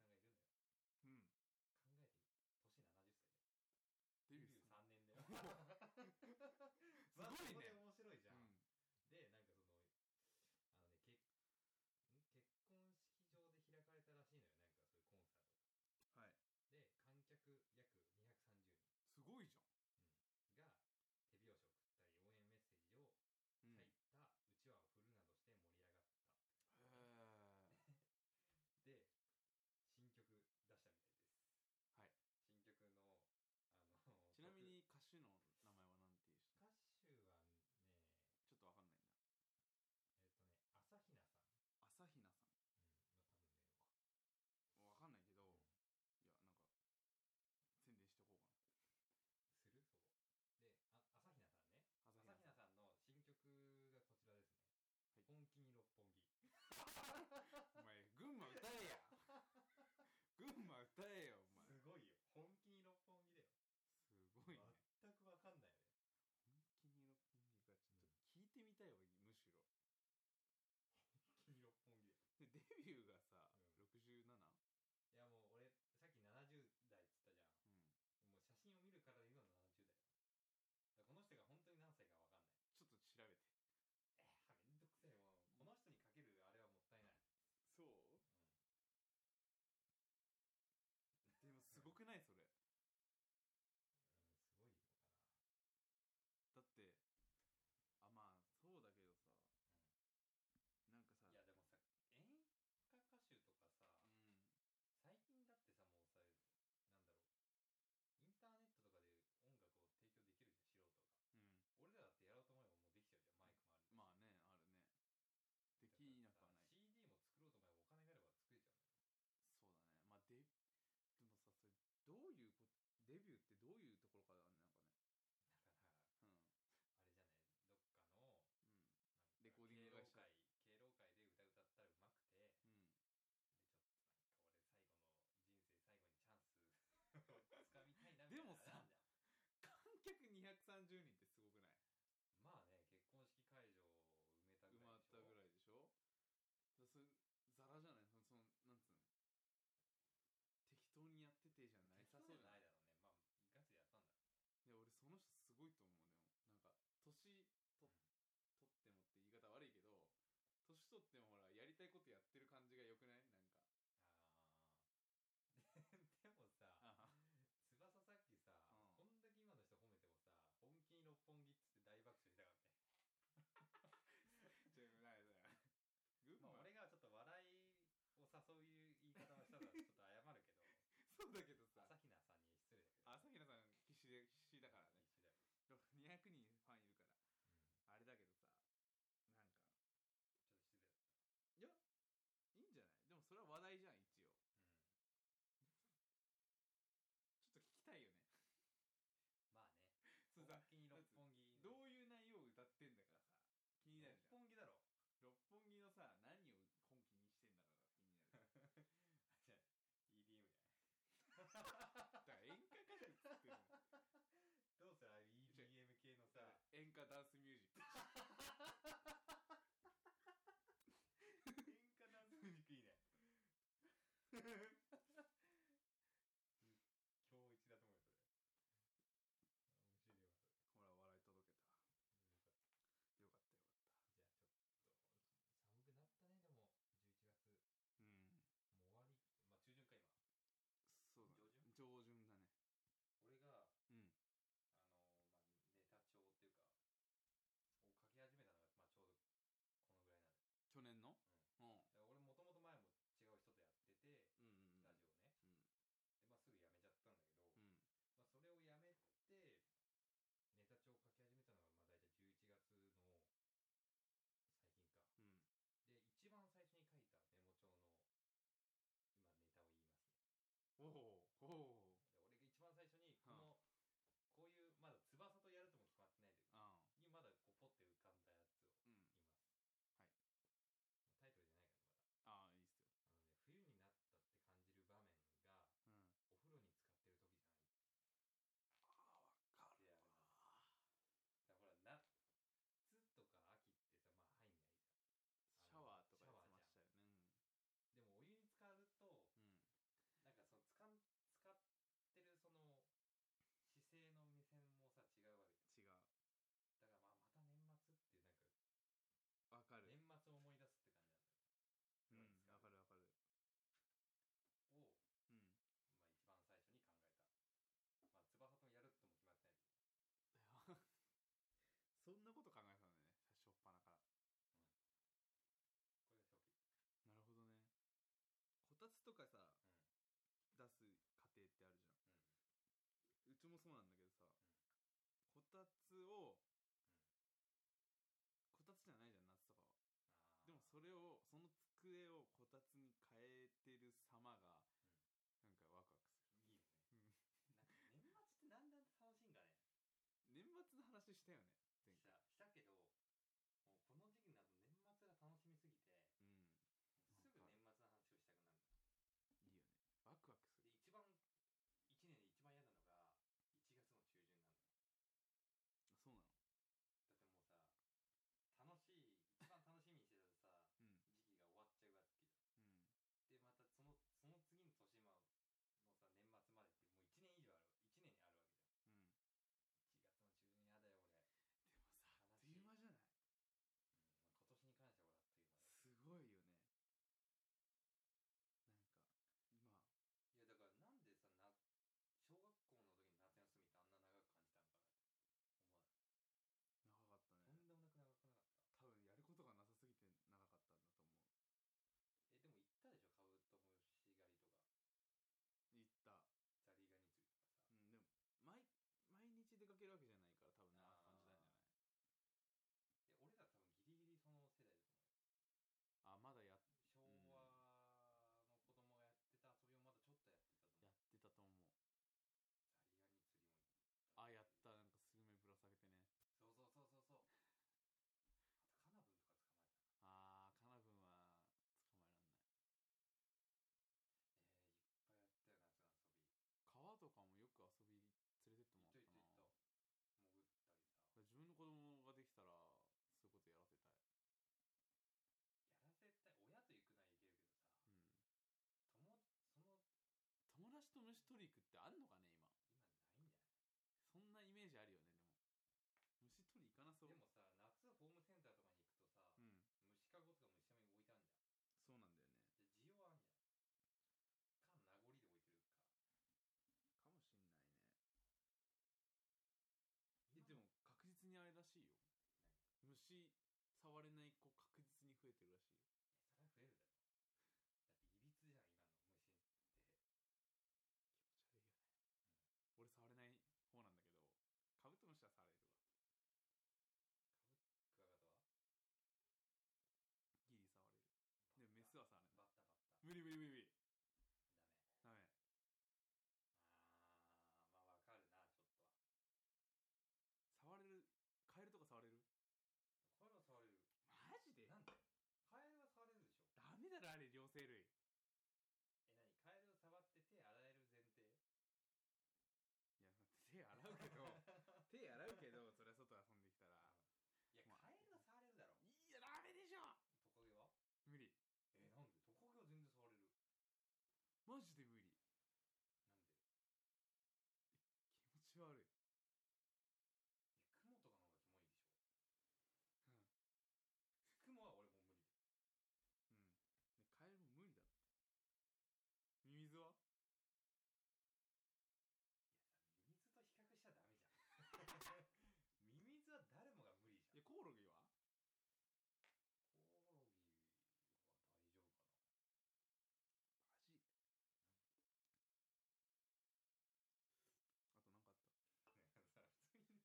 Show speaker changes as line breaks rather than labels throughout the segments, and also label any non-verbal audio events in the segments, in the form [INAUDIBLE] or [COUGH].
[LAUGHS] [LAUGHS] [LAUGHS]
えよお
す
前
ごいよ本気に六本木だよ
すごいね
全く分かんないよね
本気に六本木かちょっと聞いてみたいわ、む
本
しろ
気に六本木だよういやも
でデビューがさ、67?
う俺さっき70代っつったじゃんもう写
うん
真を見るからには70代だからこの人が本当に何歳か分かんないえー、め
ちょっと調べて
んどくさいもうこの人にかけるあれはもったいない、
そ
うん
うでもすごくないそれ
うん、すごいのかな
だってあまあそうだけどさなんかさ
いやでもさ演歌歌手とかさ、
うん
最近だってさもうさなんだろうインターネットとかで音楽を提供できるじゃん素人が俺ら
うん
だってやろうと思えばもうできちゃうじゃんマイクもある
まあねあるねできなく
だからさ CD も作ろ
はない
うと思えばお金があれば作れちゃうんだよ
そうだねまあででもさそれどういうことデビューってどういうところからあん
だからあれじゃないどっかのなんか敬
のなんかねうんうんレコーディング会社
老会敬老会で歌歌ったらうまくて
うん
でちょっとなんか俺最後の人生最後にチャンス [LAUGHS] をつかみたいなみたいなあれなんじゃんまあね結婚式会場を埋めたぐ
でもさ観客230人ってすごくない埋
ら
ま
いでしょ適
ったぐらいでしょだそれザラじゃないそのそのなんつうの適当にやっててじゃないさ
当じゃないいだろうねまあガチでやったんだろうね
そうじゃないや俺その人すごいと思うでもなんか年と取ってもって言い方悪いけど年取ってもほらやりたいことやってる感じが良くないなん
あ
か
ーででも [LAUGHS] さ
あ
翼さっきさ、
うん
こんだけ今の人褒めてもさ本気に六本木っつって大爆笑したからね
じゃあないだよ [LAUGHS] 群
ま
馬、
あ俺がちょっと笑いを誘う言い方をしたからちょっと謝るけど
そうだけど
朝
さ
比奈さんに失礼だけど
朝比奈さん必死
必死だよ
で必死だからね200人ファンいるから
うん
あれだけどさなんか
ちょっと失礼だっ
いやいいんじゃないでもそれは話題じゃん一応
た、うん、
ちょっと聞きたいよね
まあね
[LAUGHS] そ
本
うさ
気に六本木の
どういう内容を歌ってんだからさ気になるじゃ
六
ん
本木だろ
六本木のさ何を本気にしてんだから気にな
あ [LAUGHS] じゃあ EDM じゃない
るじゃんだから演歌歌手っつって
[LAUGHS]
んの
どうするああいう EDM 系のさ
演歌ダンスミュージック
喧嘩ダンスミュージックいいね今日一だと思うよそれ面白いわそれ
ほら笑い届けた
よかった
よかったよかった
じゃあちょっと寒くなったねでも11月
うん
もう終わりまあ中旬か今
そうだ、ね、
上旬
上旬だね
俺が
うん
あのまあネタ帳っていうかを書き始めたのがまあちょうどこのぐらいなんだよ
去年の
うん
うん
だから俺もともと前も違う人とやってて
う
ラジ
んうんうん
オね、
うん
でまあすぐ辞めちゃったんだけど、
うん
まあ、それをやめてネタ帳を書き始めたのがまあ大体11月の最近か
う
で一番最初に書いたメモ帳の今ネタを言いますね
んおおおお
で俺が一番最初にこの、こういうまだ翼とやるとも決まってない時にま
あ
だこうポッて浮かんだやつを
ーうん
言います
は
まあタ
い
イトルじゃないからねまだ
ああいいっす
あのね冬に
よ
なったって感じる場面がお風呂に使ってる時じゃないる
うんあわか
わだからほら夏とか秋ってさまあ入んないじゃん
シャワーとかやってましたよねう
でもお湯に
ん
浸かると
うん
なんかその使ん使ってるその姿勢の目線もさ違うわけじゃんだからまあまた年末っていうなんか年末を思い出すって感じなんだよ風
違うわかるう
呂に
ん
浸
わかるわか
を、
るうん
まあ、一番最初に考えたまあ翼とやるとも決まってない時
いやそんなこと考えてたんだよねしょっぱな
こ
から
れが初期
なるほどねこたつ
うん
とかさ出す過程ってあるじゃん
うん
うちもそうなんだけどさ、
うん
こたつを
うん
こたつじゃないじゃん夏
あー
とかはでもそれをその机をこたつに変えてる様
う
が
ん
なんかワクワクする
いいよね
うん
なんか年末ってだんだん楽しいんだね
年末の話し
したした
たよね前回
けどもうこの時期になると年末が楽しみすぎてすぐ年末
うん
の話をしたくなるで一
いいよねワクワクする
番
のトリックってあんのかね今
今ないんじゃない
そんなイメージあるよねでも虫取り行かなそ
でも
う
さ夏ホームセンターとかに行くとさ、
うん
虫かごとか虫かごに置いてあんじゃん
そうなんだよね
で需要あんじゃんか名残で置いてるか
かもしんないねえ
今
でも確実にあれらしいよ虫触れない子確実に増えてるらしいよ
それは増えるだろだっていびつじゃん今の虫って
気持ち悪いよね、俺触れない方なんだけどカブトムシは触れるわ
クワガタは
ギリ触れ
で
るでもメスは触れな
バ
い
ッタバッタダメ
無理無理無理無理ダメ
あーまあわかるなちょっとはカ
触れるカエルとか触れる
エルは触れる
マジで
なんでカエルは触れるでしょ
ダメだろあれ両生類
え何カエルを触って手洗える前提 [LAUGHS]
いや手洗うけど [LAUGHS] 手洗うけどそれは外
いや
遊んできたらまあ
カエルは触れるだろ
いやダメでしょ
トカゲは
無理
えなんでトカゲは全然触れる
マジで無理
なんで
気持ち悪
え
い
雲とかの方がキモいでしょ雲は俺も
うん
う無理だよ
うんでカエルも無理だってミミズはい
やさミミズと比較しちゃダメじゃん
[LAUGHS]
ミミズは誰もが無理じゃん
いやコオロギ
コオロギは大丈夫か
は
な
マジあと何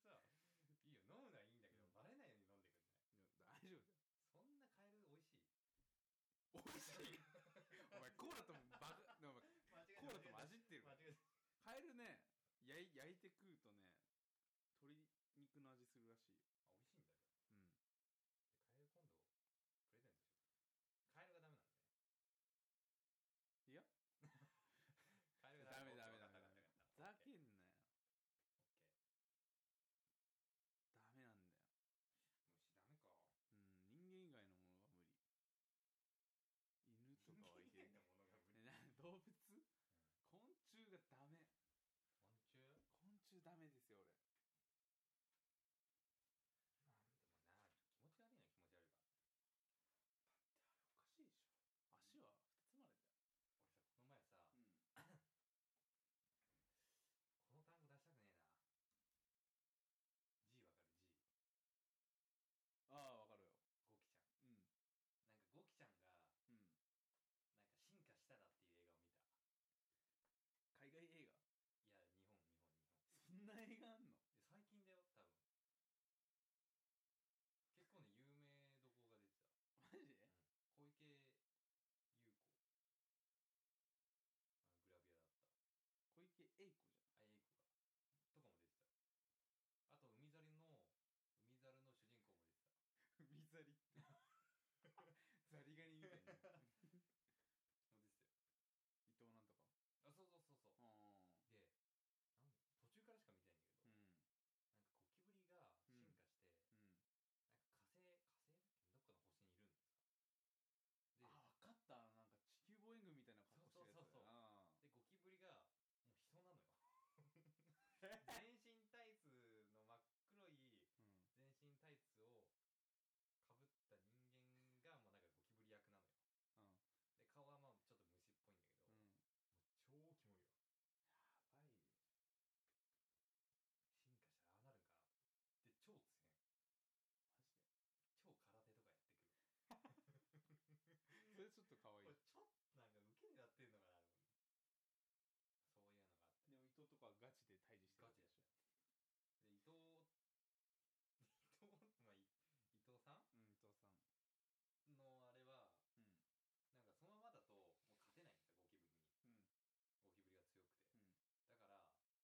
かあった
ねえさ普通にさいいよ飲むのはいいんだけど、バレ
うん
ないように飲んでくんない
い
そん
や大丈夫だよ
なカエル美味しい
美味しいお前コーラともバカお前
間違
コーラと混じってる
間違え
カエルね焼い焼いて食うとね鶏肉の味するらしいよ
たあ美味しいんだじゃあ
う
カエ
ん
ル今度プレゼントしようカエルがダメなんだねカエルが [LAUGHS]
いやダメダメダメ
わか
ダ
った
メ
わかったわか
ふ
った
ざけんなよ
オッケー
ダメなんだ
虫ダメか
ようん人間以外のものは無理犬とかは
人
いける
間以外のものが無理、
ねな動
う
物
ん
昆虫がダメ
昆虫
昆虫ダメですよ俺
なんでもな気持ち悪いな気持ち悪いが
おかしいでしょ足は二つまで
俺さこの前さ、
だよう
この
ん
単語出したくねえな G わかる G
ああわかるよ
ゴキちゃん
う
な
ん
んかゴキちゃんがな
うん
んか進化したらっていう映画を見た
海外映画
いや日本日本日本
そんな映画あんの
で最近だよ多分結構ね有名どころが出てた、
マジで
小池優子あのグラビアだった
小池栄子
あ
じ
英子がとかも出てたあと海猿の海猿の主人公も出てた
ゃん海ザリって
[LAUGHS]
ザリガニみたいな
もう出てたよ
伊藤なんと
あ [LAUGHS] そ
か
うそうそうそう
ああ
でなん途中からしか見てないんだけど、
うん
なんかゴキブリが進化して、なんか
うん
火星火星だっけどっかの星にいるんだよさ
あ分かったあのなんか地球防衛軍みたいな格好してるやつだよ
そうそうそうそうででゴキブリがもう人なのよ
なう
全身タイツの真っ黒い全身タイツをかぶった人間がもうなんかゴキブリ役なのよで顔はまあちょっと虫っぽいんだけど、
んうんうん
もう超キモいよ
やばいよ
進化したらああなるんかなで超強い
マジ
超
で
空手とかやってくる [LAUGHS]
それちょっと可
こ
愛い
れちょっとなんか受け狙ってんのかなと思ってそういうのがあって
でも伊藤とかはガチで退治してる
ガ
わ
チ
け
で
で
し
し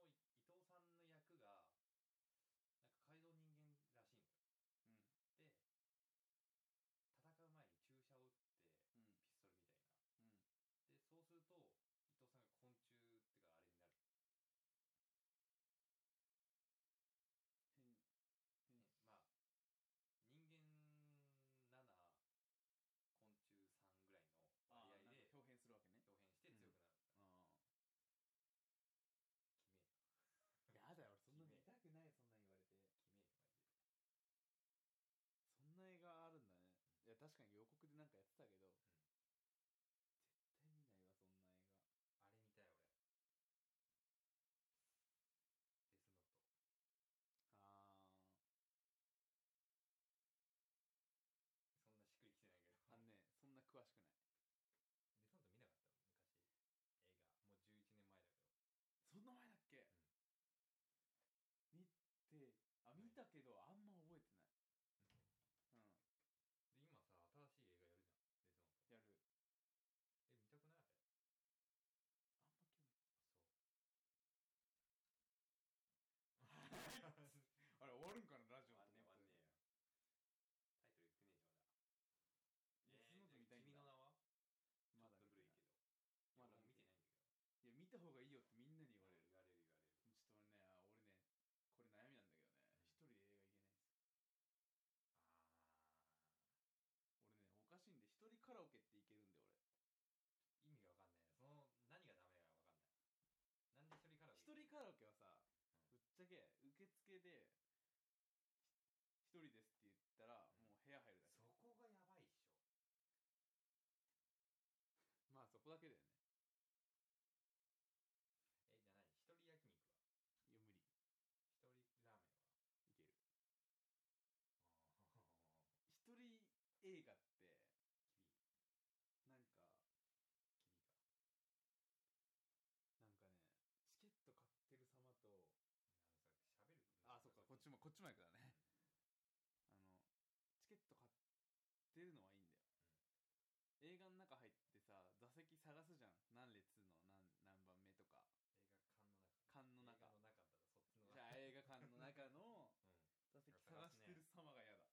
ょで伊藤伊藤 [LAUGHS] まあい伊藤さ
うん伊藤さん
んのあれはな
うん
んかそのままだともう勝てないんですよゴキブリに
うん
ゴキブリが強くてだからなんかじなんかその伊藤さんの役がなんか怪盗人間らしいのよで戦う前に
うんうん
注射を打って
うん
ピストルみたいなでそうすると伊藤さんが昆虫っ
うん
ていうかあれになる
なんかやってたけど、絶対見ないわそんな映画
あれ見たよ俺デスノートそん
あ
なしっくりきてないけど
ああのねそんな詳しく
デ
ない
スノート見なかった昔映画もう11年前だけどない
そんな前だっけ、見てあ見たけどあんま覚えてないう
で今
ん
さ新しい映画やるじゃんデスノート
やる
え見たくないあれ
あんま興味
そう
[LAUGHS] あれ終わるんかなラジ
終
オ
わんね
と
え終
思
わ
っ
んねえよタ
て
イトル言ってねえじゃん
い
俺
や
え君の名はちょっと古いけどいや俺も見てないんだけど
デスノート見たいんだまだ見てないまだ見てないいや見た方がいいよってみんなに言われる
言われる言われる
ちょっと俺ねあ俺ねこれ悩みなんだけど
う
ね
ん
一人で
あ
映画行けないんですよ俺ねおかしいんで一人カラオケって行けるんで俺
ー意味がわかんないねその何がダメだかわかんないなんで一人カラオケ
一人カラオケはさぶっちゃけ受付でひ一人ですって言ったら
うん
もう部屋入るだけ
そこがやばいっしょ
[LAUGHS] まあそこだけだよね
えじゃあ何一人焼肉はい一人
や無理
ラーメンはい
ける
あー
一人映画って
キリ
なん
キ
か
リか
な
あのさ喋る
んかねチケット買ってる様とあそっかこっちもこっちもやからねあのチケット買ってるのはいいんだよ、映画の中入ってさ座席探すじゃん何列の何何番目とか
映画館の中
館の
映画の中だったらそっちの
中じゃあ映画館の中 [LAUGHS]
う
の
ん
座席探してる様が嫌だ
な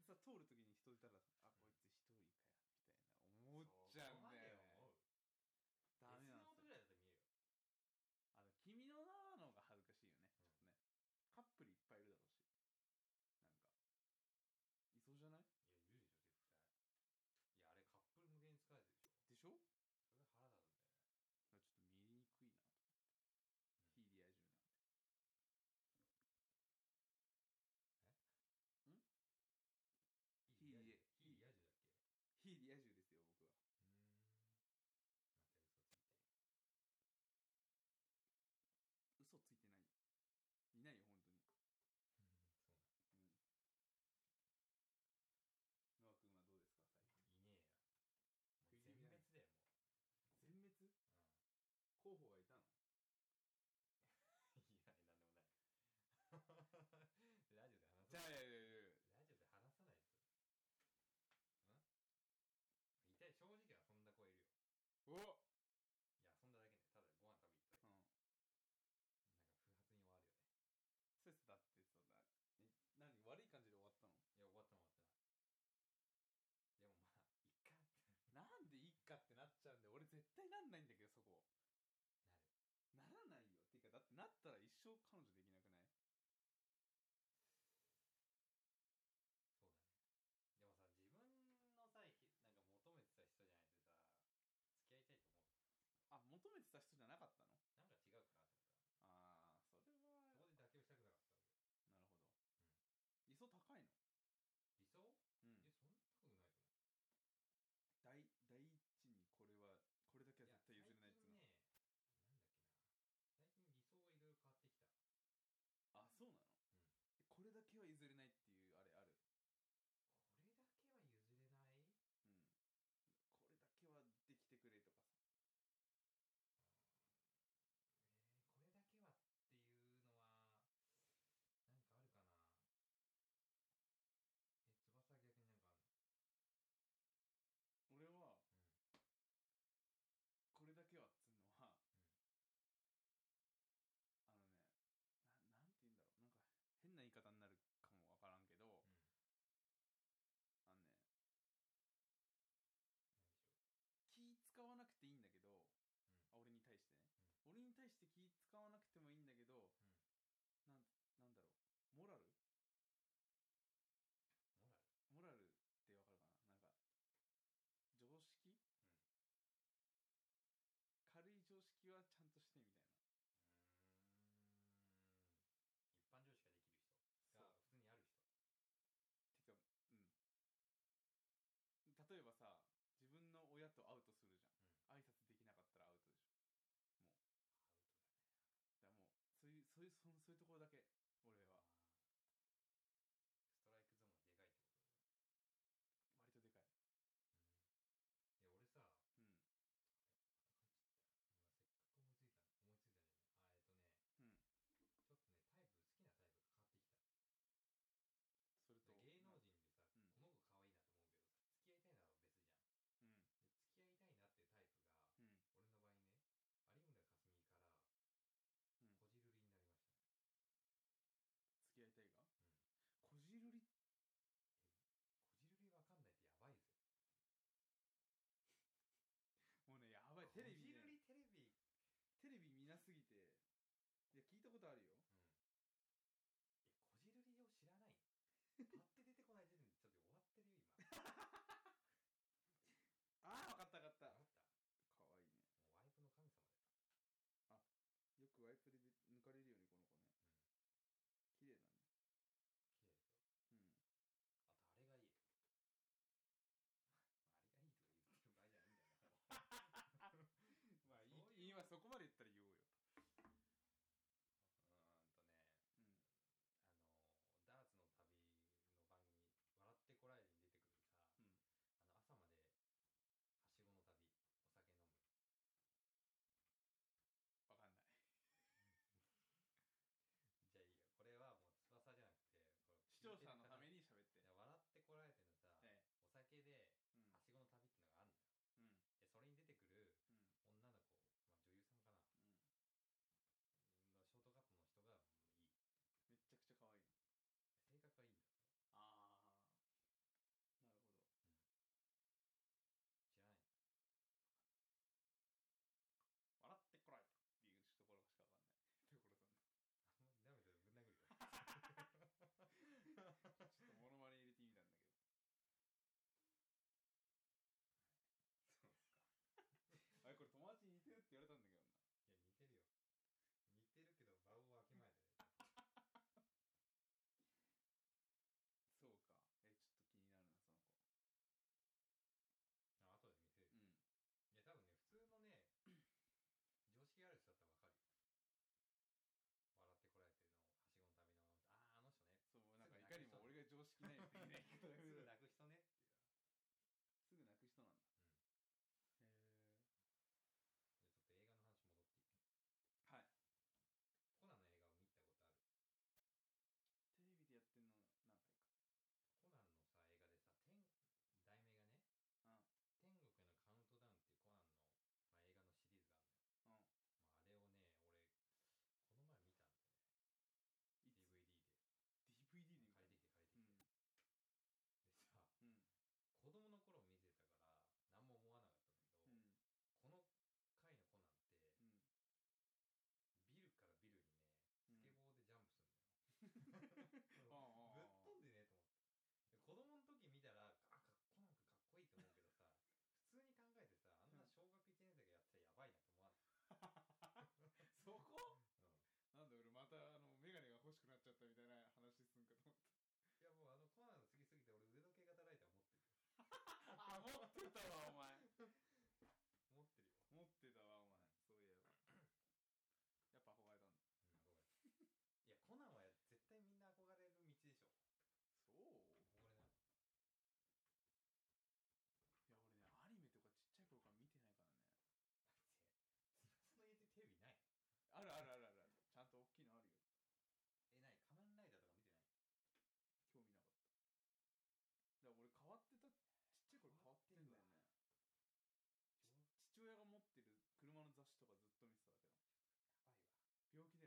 んで君大丈夫じゃん
でさ通る時に人いたらあこいつ一人かよみたいな思っちゃうんだよね
そこ
ダ
まで
メ
思う別
な
の
ん
音ぐ
ですよ
らいだと見えるよ
あの君の名はの方が恥ずかしいよね、
うん
ちょっとねカップルいっぱいいるだろうしなんかいそうじゃない
いやいるでしょ絶対いやあれカップル向けに使うやつでしょそれ腹立つんだよねうん
でしょちょっと見えにくいなと非リア充なんで
非リア充
非
非
リ
リ
ア
ア充だっけう
非リア充ですよ僕は
ーんまた嘘ついて
嘘ついてないよいないよ本当に
うんそうな
うんノア君はどうですか最近
んいねえよもう全
食い気味だね
滅だよも
全滅
う、うん
候補がいたの
いや、なんでもない。ラジオで話 [LAUGHS] さない [LAUGHS] ラジオで話さないです。んいたい、正直は
じゃあいやいやいやいや
そんな子いるよ。
お
いや、そんなだけね。ただご飯食べに行った。なんか不発に
うん
終わるよね。
セスだってそんなえ何悪い感じで終わったの
いや、終わったの終わってない。でもまあ、いっかって
なんでいっかってなっちゃうんで俺絶対なんないんだけどそこ
なる。
ならないよっていうかだってなったら一生彼女できなく
そうだ
ない
ね。でもさ、自分のさ、ひなんか求めてた人じゃないとさ、付き合いたいと思う。
あ求めてた人じゃなかったの
なんか違うかなと思った。
ああそれ
そこ
は
で妥協したくなかったわけ。
なるほど、
うん
理想高いの
理想
うん
え、そんな高くないと思う。
第第一にこれはこれだけは絶対譲れないっつうの、
いや最近ねなんだっけな最近理想がいろいろ変わってきた
あそうなの、
うん
えこれだけは譲れないっていうあれある
これだけは譲れない
うんこれだけはできてくれとかさ
えーこれだけはっていうのはなんかあるかなえ翼は逆になんかあるの
俺は
うん
これだけはっつうの
うん
は、あのねななんて言うんだろうなんか変
うん
な言い方になるかもわからんけど、あのね
何でしょう
気使わなくていいんだけど、
うん
あ俺に対してね、俺に対して気使わなくてもいいんだけど、
うん
なんなんだろうモラ
モラ
ル
ル
モラルってわかるかななんか常識、
うん
軽い常識はちゃんとしてみたいな
うーん一般常識ができる人
そう
が普通にある人
てか
[LAUGHS] [LAUGHS] [LAUGHS] [LAUGHS] ばいなと思わない
[LAUGHS] [LAUGHS] [LAUGHS] そこなんだ俺またあのメガネが欲しくなっちゃったみたいな話すんかと思った
いやもうあのコナンの次すぎて俺腕時計型ライター持ってるよ
[LAUGHS] あ持ってたわ
[LAUGHS]
お前
持ってるよ
持ってたわお前そういえばやっぱ憧れたん
いやコナン
だ
は絶対みんな憧れる道でしょ
そ
憧
う
れない
いや俺ねアニメとかちっちゃい頃から見てないからね
その家でテレビない
あるあるあるあるあるちゃんと大きいのある
え
よ
ない仮面ライダーとか見てない
興味なかっただから俺変わってたちっちゃい頃変わってんだよね父親が持ってる車の雑誌とかずっと見てただけだもん
やばいわ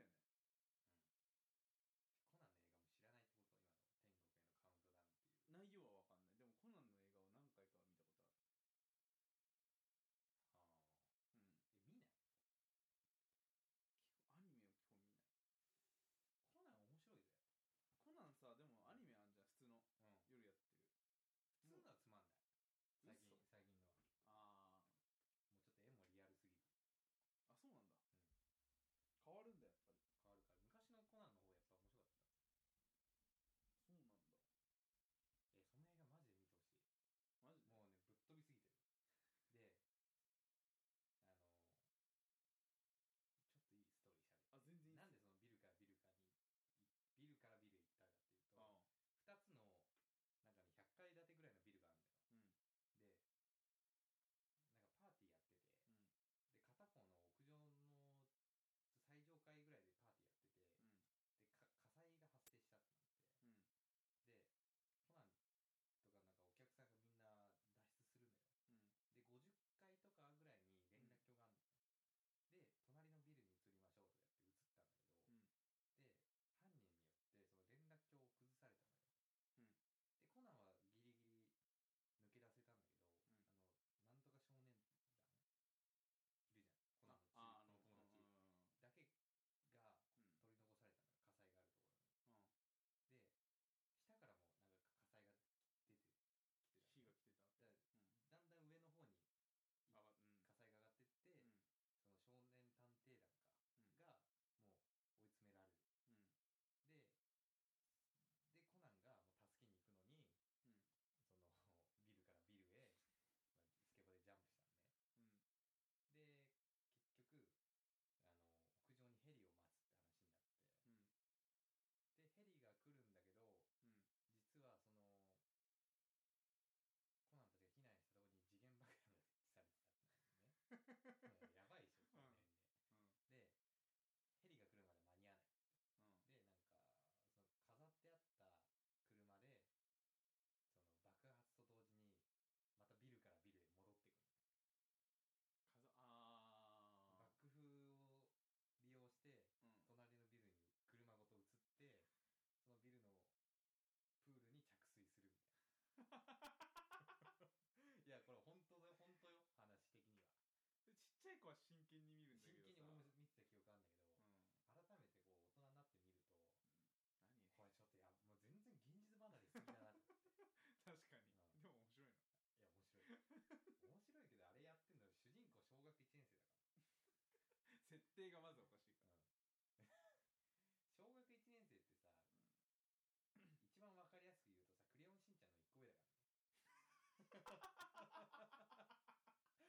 病気だよね
コナンの映画も知らないってこと今の天国へのカウントダウンっていう
内容は分かんないでもコナンの映画を何回かは見
ああ
たことあるう
え見
ん
ないコナン面白いぜうん普通のはつ
アニメを基本見ないコナンさでもアニメあんじゃん普通の夜やってる
まんない最近最近のはもうちょっと絵もリアルすぎる
嘘あああそうなんだ、変わるんだやっぱり
変わるから昔のコナンの方やっぱ面白かったえその映画
そうなんだ
マジで見てほしい
マジ
もう
で
ねぶっ飛びすぎてるであのちょっといいストーリーしゃべるな
あ全然いい
ん
で
でそのビルからビルからにビルからビルへ行ったかっていうと
ああ
2つのなんかね100階建てぐらいのビルがあるんだよで
うん
なんかパーティーやっててで
うん
片方の屋上の最上階ぐらいでパーティーやっててでか火災が
うん
発生したってなってで
うん
コナンとかなんかお客さんがみんな脱出するのよ
うん
で50階とかぐらいに連絡橋があるのよ、で隣のビルに移りましょうとかやって移ったんだけど、
うん
で犯人によってその連絡橋を崩されたのよ、でコナンはギリギリ
うん
抜け出せたんだけど、あの
うん
なんとか少年団いるじゃんコナンのチ
ああ
ームの友達だけが取り残されたのよ火災があると
のうんうん
ころに
う
[LAUGHS]
ん
で下からもなんか火災が出てきてた
火が来てた
だから
うん
だんだん上の方に
あわう
火
ん
災が上がってって、
うん
その少年探偵団か、
うん
がもう追い詰められるででコナンがもう助けに行くのにその
うんうん
ビルからビルへ、まあ、スケボーでジャンプしたのねで結局あの屋上にヘリを待つって話
うん
になってでヘリが来
うん
るんだけど実はその
うん
コナンたちが避難したところに次元爆弾が設置されてたっていうねもうやばいでしょこの辺で、
[LAUGHS] うん
でヘリが来るまで間に合わないでなんか
うん
その飾ってあった車でその爆発と同時にまたビルからビルへ戻っていくの
風あ
爆風を利用して
ーうん
隣のビルに車ごと移ってそのビルのプールに着水するみたいないやこれ本当だよ本当よ話的には
でちっちゃい子は真剣に見るんだけ
真
どさ
剣に俺も見てた記憶あるんだけど、
うん
改めてこう大人になってみると
何
これちょっとやもう全然現実離れしすぎだなって
確かに、
うん
でも面
いや面白い面白いけどあ
白いの
れやってんの主人公小学1年生
[LAUGHS]
だか
設定がまずおかしいから
ら、
[LAUGHS]
小学1年生ってさ、一番わかりやすく言うとさクレヨンしんちゃんの1個上だからね
[LAUGHS]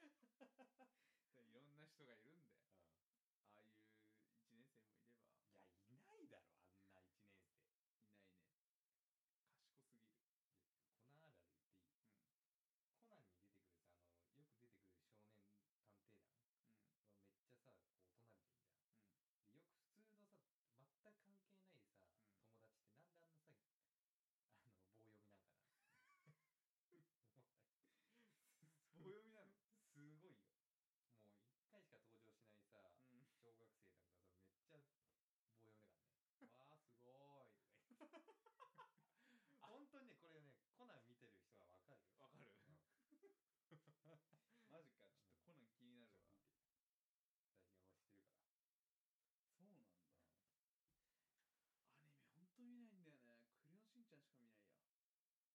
でいろんな人がいるんだよ
うん
ああいう1年生もいれば
いやいないだろあんな1年生
いないね賢すぎる
コナンあるある言っていい
うん
コナンに出てくるさあのよく出てくる少年探偵団
う
はめっちゃさこう
ん
大人びてんじゃん
うん [LAUGHS]
[LAUGHS]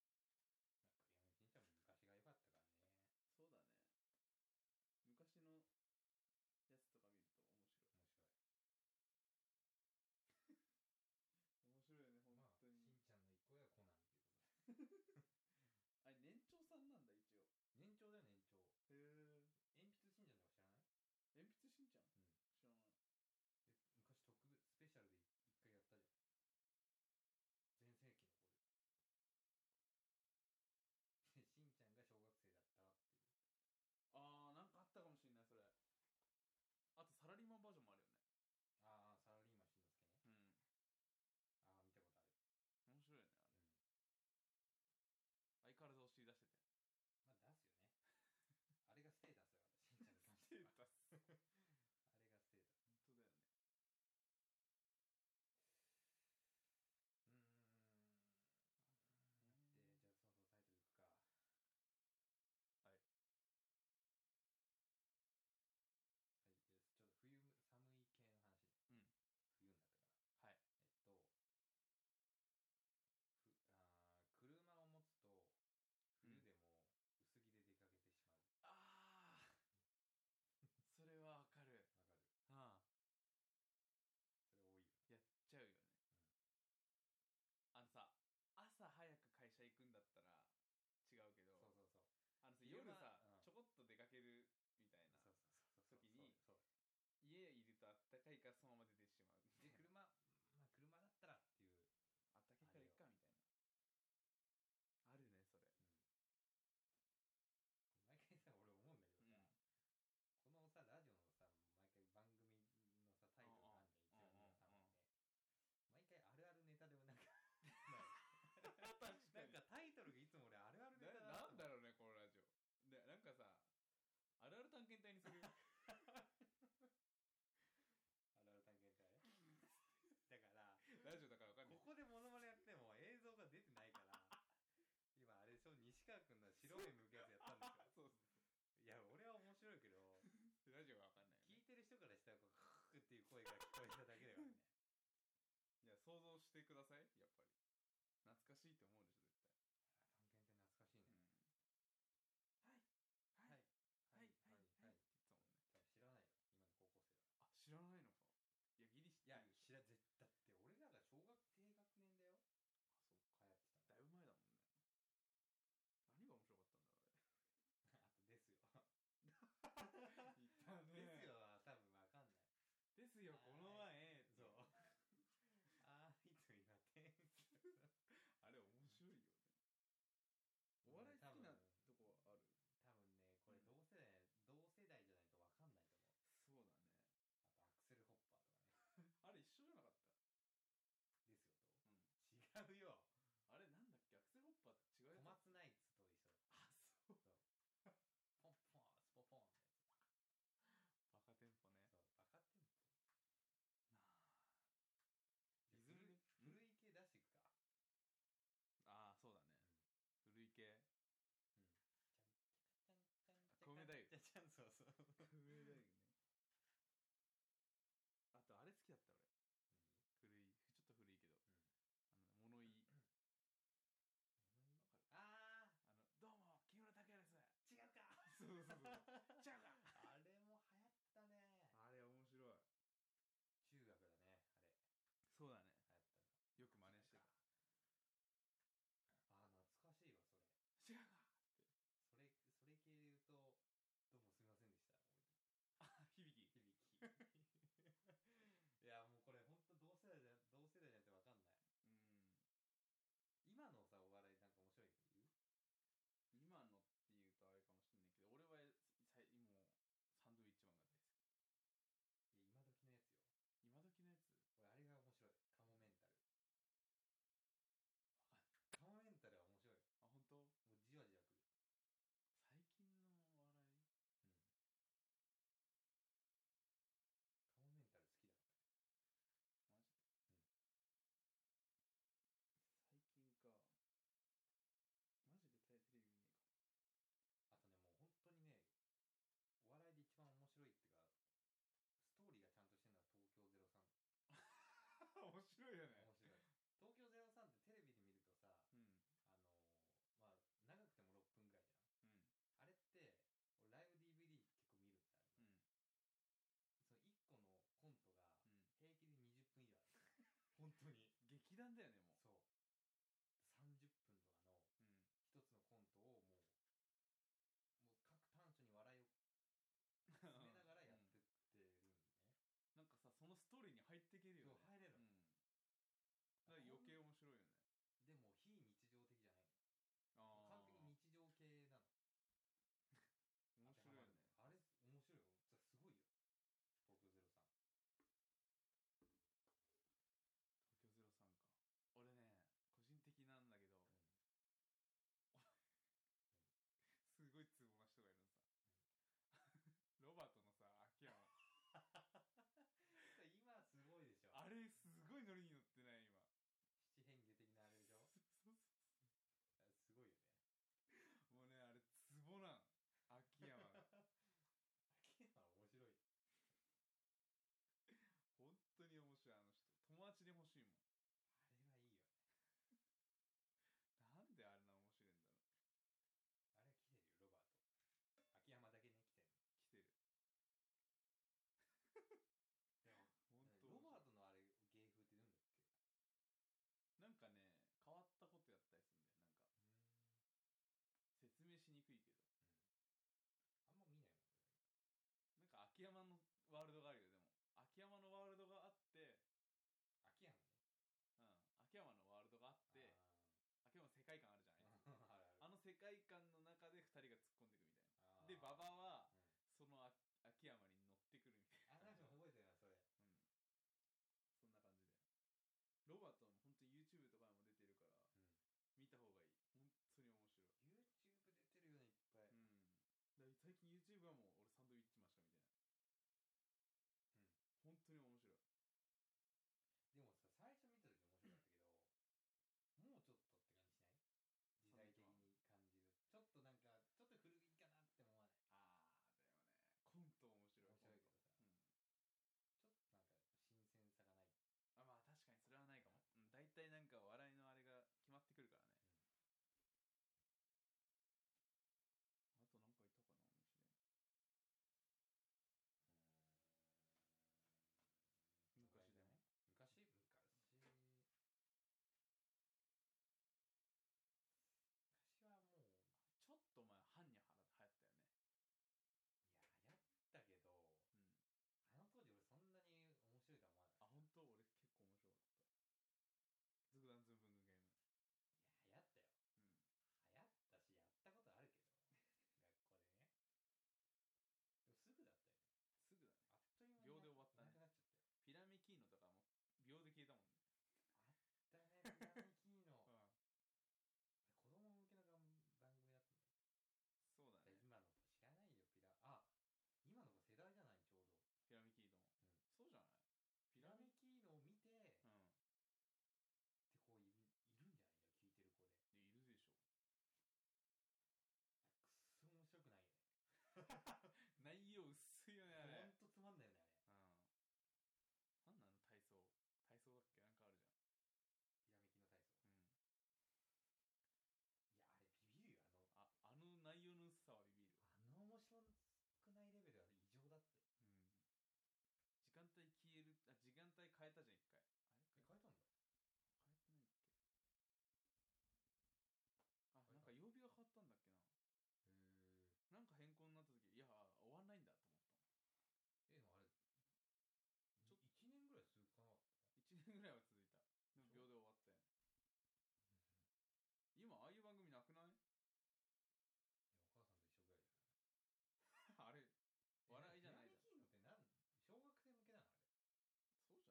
昔特別スペシャルで一回やったじゃん全盛期の
[LAUGHS] [LAUGHS] んじゃん知らない
頃でしんちゃんが小学生だ [LAUGHS] ったっていう
あーなんかあったかもしれないそれあとサラリーマンバージョンもあるよね
ああサラリーマンしんのすけね
うん
ああ見たことある、
面白いよね
うん、
相変わらずお尻出してて
まあ出すよねあれがステータスだからしんちゃんに関してはあれがステータスうーん待ってじゃあそろそろタイトルいくか
[LAUGHS] ステータス本当だよねはい
はいえーちょっと冬む寒い系の話ね
うん
冬になったから
はい
えっとふあー車を持つと冬でも薄着で出かけてしまう
ああそれはわかる
わかる
ああ
それ多いよ
やっちゃうよね、あのさ朝早く会社行くんだったら違うけど
なそうそうそう
あのさ
昼
夜
間
さ、
うん
ちょこっと出かけるみたいな
そうそうそうそう
時に
そう
家いるとあったかいからそのまま出てしまう
そうで車まあ車だったらっていう、
あったけえからいっかみたいなあるねそれ
うん、毎回さ俺思うんだけどさ、このさラジオのさ毎回番組のさタイトルがあるじゃん一
うんうん
応たまにね毎回あるあるネタでもなんか
確かに [LAUGHS]
なんかタイトルがいつも俺あるあるネタ
ななんだ
ろ
ろうねこのラジオでなんかさあるある探検隊にする
あるある探検隊 [LAUGHS] だから
ラジオだからわかんない
ここでモノマネやっても映像が出てないから
[LAUGHS]
今あれでしょ西川君の白目向くやつやったんですよ
[LAUGHS] そうそう
いや俺は面白いけど
そうラジオがわかんないよ
聞い
ね
てる人からしたらこうっていう声が聞こえただけだからね
いや想像してくださいやっぱり懐かしいって思うでしょ絶対
探検隊懐かしいね、
はい
はい
はいはい
はは
はいいはいいっ
多分知らないよ
て言ってたもんね
今の高校生は
あ知らないのかいやギ
いや
リ知ってるでしょ
知ら絶だって俺らが小学低学年だよ流
あそう
行ってた
だいぶ前だもんね何が面白かったんだろ
の
う
あとですよ [LAUGHS]
あれ [LAUGHS] いた
ですよは多分わかんない
ですよこの前
そう [LAUGHS] あーいつになって
あれ面
多分ねこれ同世代、同
白いよねお笑い好きなとこはある
世代じゃないとわかんないと思う
そうだね
あとアクセルホッパーとかね [LAUGHS]
あれ一緒じゃなかった
ですよと
うん
違うよ
あれなんだっけアクセルホッパー
小松ナイツと一緒
って違うやつあそう
ポンポンスポポンって
バカテンポね
そうバカテンポ
なあ
じゃ
リ
あ古
ズムね
い古い系出していくか
ああそうだね古い系あ
コ
コウメ太夫
じゃじゃんそうそう
上だよねあとあ [LAUGHS] れ好きだった
あ
俺古いちょっと古いけどあの物言いわかるあのどうも木
ー違うかあれ
村拓哉ですそうそうそうち [LAUGHS] ゃうか
[LAUGHS] も流行ったね
あれ面白い
中学だねあれ
そうだね
流行ったのあー懐かしいわそれそれそれ系で言うとどうもすみませんでした
よく真似してた違うかあ響き
響きいやもうこれ本当同世代じゃ同世代じゃなくてわかんない今のさお
うん
笑いなんか面白いけど言ういや今時のやつよ俺あれが面白いカモメンタルカモメンタルは面白いよ
今のっていうとあれかもしれないけど俺はさいもうサンドウィッチマンが大好き今時のやつわかんないあ本
もうじわじわくる
当最近のお笑い
うんカモメンタル好きだからうん
マジで、最近かマジでテテレビ見ねえか
あとねもう本当にねお笑いで一番面白いっていうかストーリーがちゃんとしてるのは東京03
も [LAUGHS] 面
面白い東京03ってテレビで見るとさあのーまあ長くても
白いようん
6分ぐらいじゃん
う
あ
ん
れって俺ライブ DVD 結構見るんだ
う
よね、
ん
その1個のコントが平
うん
気で20分以上ある本当に
[LAUGHS] 劇団だよねも
そう30分とかの
ううん
一つのコントをもうもう各短所に笑いを詰めながらやってってる
入ってける
そう入れ
よね
る
うん、だから余計面白いよね
でも非日常的じゃない完璧に日常
あー
系なの
面白いよね
あれ面白いよじゃす [LAUGHS] ごいよ東京ゼロさん
東京ゼロさんか俺ね個人的なんだけど、すごいツボな人がいるのさ、 [LAUGHS] ロバートのさ秋山
今すごいでしょ
[LAUGHS] あれすごいノリに乗ってない今
七変化的なあれでし
[LAUGHS]
ょあすごいよね
もうねあれツボなん秋山が
[LAUGHS] 秋山面白い
本当に面白いあの
あれはい
人友達で欲しいもん
いよね
なんであれな面白いんだろう
あれは来てるよロバート秋山だけね来てる
来てる
[LAUGHS] でも
本
ロバート
当ト
のあれ芸風って言うんだっけ
なんかね変わったことやったりするんだよなんか説明しにくいけど
あんま見ないもん
なんか秋山のワールドがあるよでも秋山のワールドがあって
秋山ね
うん秋山のワールドがあって秋山の世界観
あ
あるじゃない
ー [LAUGHS] あるあ
あ
る
の世界観の中で2人が突っ込んでいくみたいな
あー
で馬場は
うん
そのあ秋山に乗ってくるみたい
あなんか覚えてるなそれ
な、 [LAUGHS] うん、そんな感じでロバートも本当に YouTube とかにも出てるから見た方がいい本当に面
YouTube 出て
白い
るよねいっぱい、
うんだから最近 YouTube はもう俺サンドウィッチマンしか
うん
見てない本当に面白い
でもさ最初見た時面白かったけどもうちょっとって感じしない時代的に感じるちょっとなんかちょっと
[LAUGHS]
古着かなって思わない
ああだよねコント面白
面白いけどさちょっとなんか新鮮さがない
いコントうんあまあ確かにそれはないかも、うん、大体なんか笑いのあれが決まってくるからね、あとなんかいたかな面白い
昔昔昔はもういや流行ったけど
昔でもちょっと前ハンニャハラ流行ったよねうん
あの当時俺そんなに面白いとは思わない
あ本当俺結構面白かったズグダンズンブングンゲーム
いや流行ったよ流行ったしやったことあるけど学校でね
うん
でもすぐだったよね
すぐだね
あっという間に
秒で [LAUGHS] 終わったね
いなくなっちゃったよ
フィラミキーノとか
だねフィラミキ
も秒で消えたもんね [LAUGHS]
ーノ
ん
子供向けの番組だったんだ
そうだ
だ
ね
今の子知らないよピラあ今の子世代じゃないちょうど
フィラミキーノ、
うん
そうじゃない
ピ
フィ
ラ
ラミ
ミキーノを見てって
うん
こういるいるんじゃないの聞いてる子で
でいるでしょ
くっそ面白くないよね
[LAUGHS] 内容薄いよねあ
ほ
れ
んとつまんないよねあれ
うんなんなの体操体操だっけなんかあるじゃん
ピラミキーノ体操いやあれビビるよあのあの面白くないレベルは異常だ
うんああの内容の薄さはビビるわ
ったよえ変えたんだ変えたへええでもあれちょ1年ぐらい続か
うん時間帯消えるあ時間帯変えたじゃん一回あれ変え変えてないっけあなんか曜日が変わったんだっけななんか変更になった時いや終わんないんだと思ったもんちょ
なかったいや
1年ぐらいは続いたでも秒で終わったよね今ああいう番組なくない
お母さんと一緒ぐらいじゃないえピラミキーノってなん小学生向けなのあ
あれ [LAUGHS] 笑いじゃないだ
れ
そうじゃない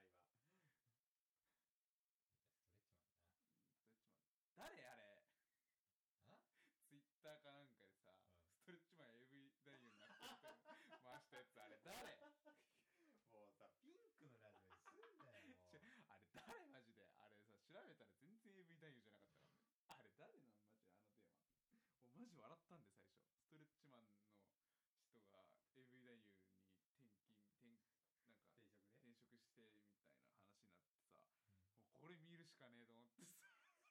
[LAUGHS] 定食で
[LAUGHS] [LAUGHS] たんで最初ストレッチマンの人が AV 男優に転勤転なんか転職してみたいな話になってさ、もうこれ見るしかねえと思ってさ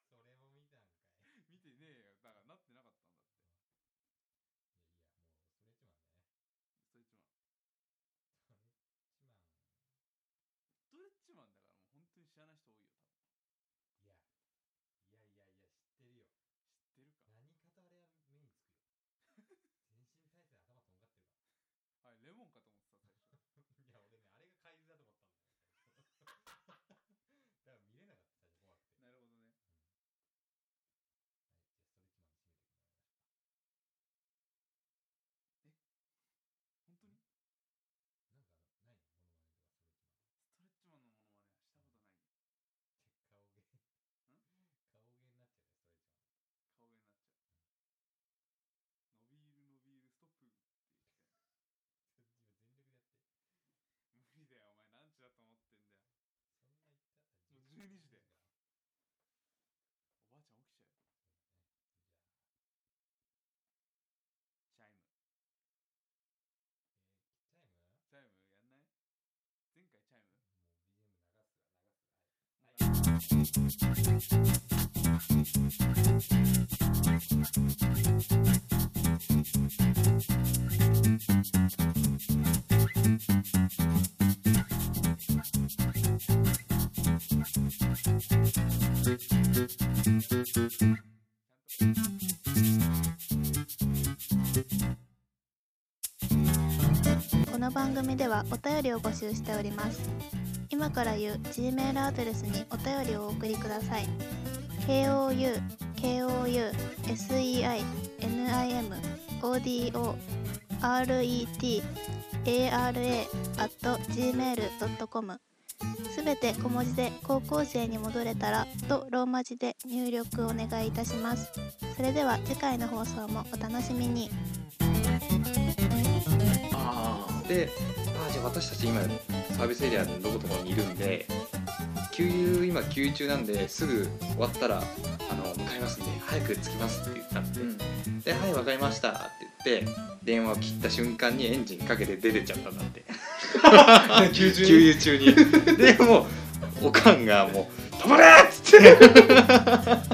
それも見たんかいいやいやもう
見てねえよだからなってなかったんだって
ストレッチマンだね
ス
ストレッチマン
トレッチマンストレッチマンだからもう本当に知らない人多いよ多分
いやいやいやいや知ってるよ
知ってるか
何かとあれは目につくよ全身体制頭とんがってるか
[LAUGHS] あれレモンかと思ってた最初
らいや俺ねあれが怪獣だと思ったんだよ最初
[LAUGHS]
だから見れなかった最初怖くて
なるほどね
はいじゃあストレッチマンで締めていくの
本当に
なんかないのモノマネとかストレッチマン
ストレッチマンのものはねしたことな
って顔芸顔
いよ
芸になっちゃうねストレッチマン
顔がになっちゃう、伸びる伸びるストッ
[LAUGHS]
プって言って
それ今全力でやって [LAUGHS]
無理だよお前何時だと思ってんだよ
そんな言った
もう12時だよ
か
おばあちゃん起きちゃ
そうだねじゃあ
うよチャイム
えー、チャイムもう
チャイムやんない前回チャイム
BGM 流すら流すらはい、はい
この番組ではお便りを募集しております今から言う G メールアドレスにお便りをお送りください KOU KOU SEI NIM ODO RET ARA gmail.com すべて小文字で高校生に戻れたらとローマ字で入力お願いいたしますそれでは次回の放送もお楽しみに
ああであーじゃあ私たち今サービスエリアのどこどこにいるんで給油今給油中なんですぐ終わったらあの向かいますんで早く着きますって言ったんで「ではいわかりました」って言って電話を切った瞬間にエンジンかけて出てっちゃったんだって
[LAUGHS]
[LAUGHS] 給油給油中にでもうおかんがもう「止まれ!」っつって